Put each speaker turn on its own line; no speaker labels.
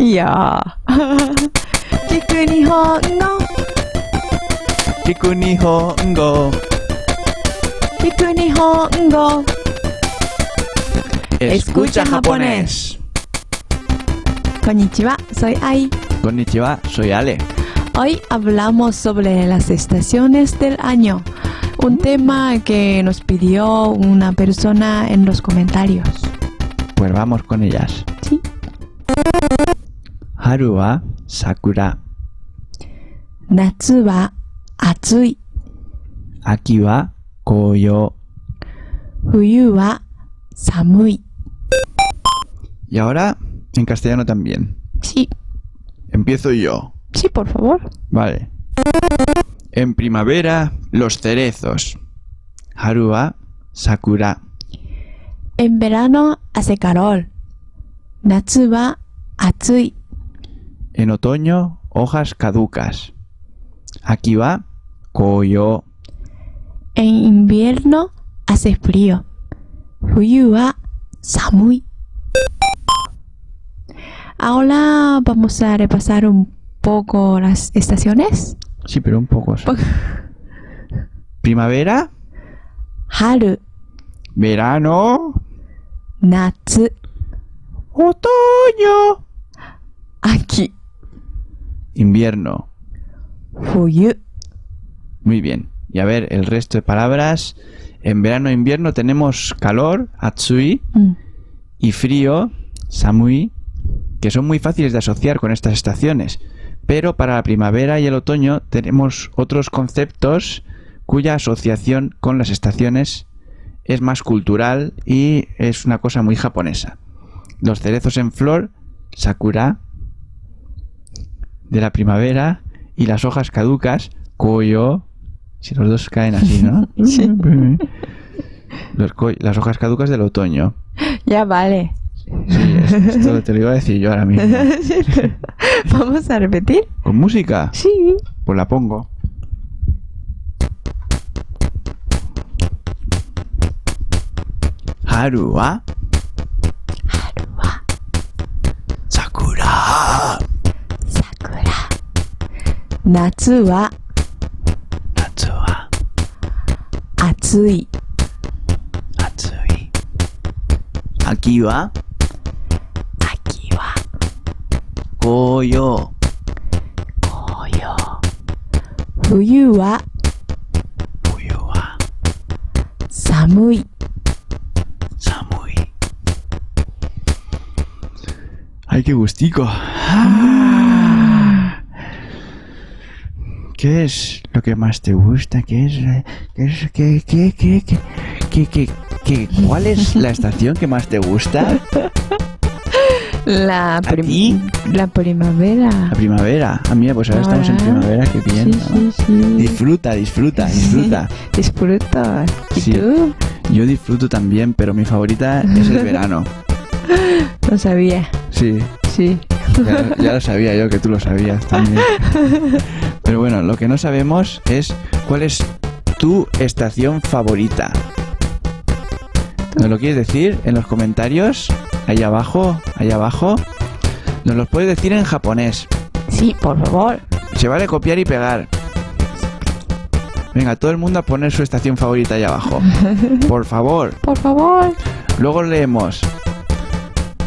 い よ。聞く日本語、
聞く日本語
聞く日本語。Escucha japonés. こんにちは、soy Ai.
Konnichiwa, soy Ale.
Hoy hablamos sobre las estaciones del año, un tema que nos pidió una persona en los comentarios.
Pues vamos con ellas.
Sí.
Haru wa sakura,
夏は暑い、
aki wa koyo.
冬は寒い。
Y ahora en castellano también.
Sí,
Empiezo yo.
sí, por favor.
Vale. En primavera, los cerezos. Haru wa sakura.
En verano hace calor. Natsu wa atsui.
En otoño, hojas caducas. Aquí va koyo.
En invierno hace frío. Fuyu wa samui. Ahora vamos a repasar un poco las estaciones.
Sí, pero un poco. solo. Primavera,
Haru,
verano,
natsu,
otoño,
aki,
invierno.
fuyu.
Muy bien. Y a ver, el resto de palabras. En verano e invierno tenemos calor, atsui,
Mm,
y frío, samui, que son muy fáciles de asociar con estas estaciones. Pero para la primavera y el otoño tenemos otros conceptos cuya asociación con las estaciones es más cultural y es una cosa muy japonesa. Los cerezos en flor, sakura, de la primavera, y las hojas caducas, koyo, si los dos caen así, ¿no?
Sí.
Los ko- las hojas caducas del otoño.
Ya vale.
Sí, es- esto te lo iba a decir yo ahora mismo.
Vamos a repetir.
¿Con música?
Sí.
Pues la pongo. Haru wa Sakura
Sakura. Natsu wa
Natsu wa
atsui.
atsui Aki wa
Aki wa
koyo
koyo. Fuyu wa
Fuyu wa
寒い。
samui Ay, qué gustico. ¿Qué es lo que más te gusta? ¿Qué es? eh, ¿Qué es? ¿Qué? ¿Qué? ¿Qué? ¿Qué? ¿Qué? qué- qué- ¿Cuál es la estación que más te gusta?
La,
¿A ti?
la primavera.
La primavera. Ah, mira, pues ahora estamos en
Ahora.
primavera, qué bien.
Sí,
¿no?
sí, sí.
Disfruta, disfruta, disfruta.
Disfruto. ¿Y
Sí.
tú?
Yo disfruto también, pero mi favorita es el verano.
No sabía.
Sí,
Sí.
Ya, ya lo sabía yo que tú lo sabías también. Pero bueno, lo que no sabemos es cuál es tu estación favorita. ¿Nos lo quieres decir en los comentarios? Ahí abajo, ahí abajo. Nos los puedes decir en japonés.
Sí, por favor.
Se vale copiar y pegar. Venga, todo el mundo a poner su estación favorita ahí abajo. Por favor.
Por favor.
Luego leemos.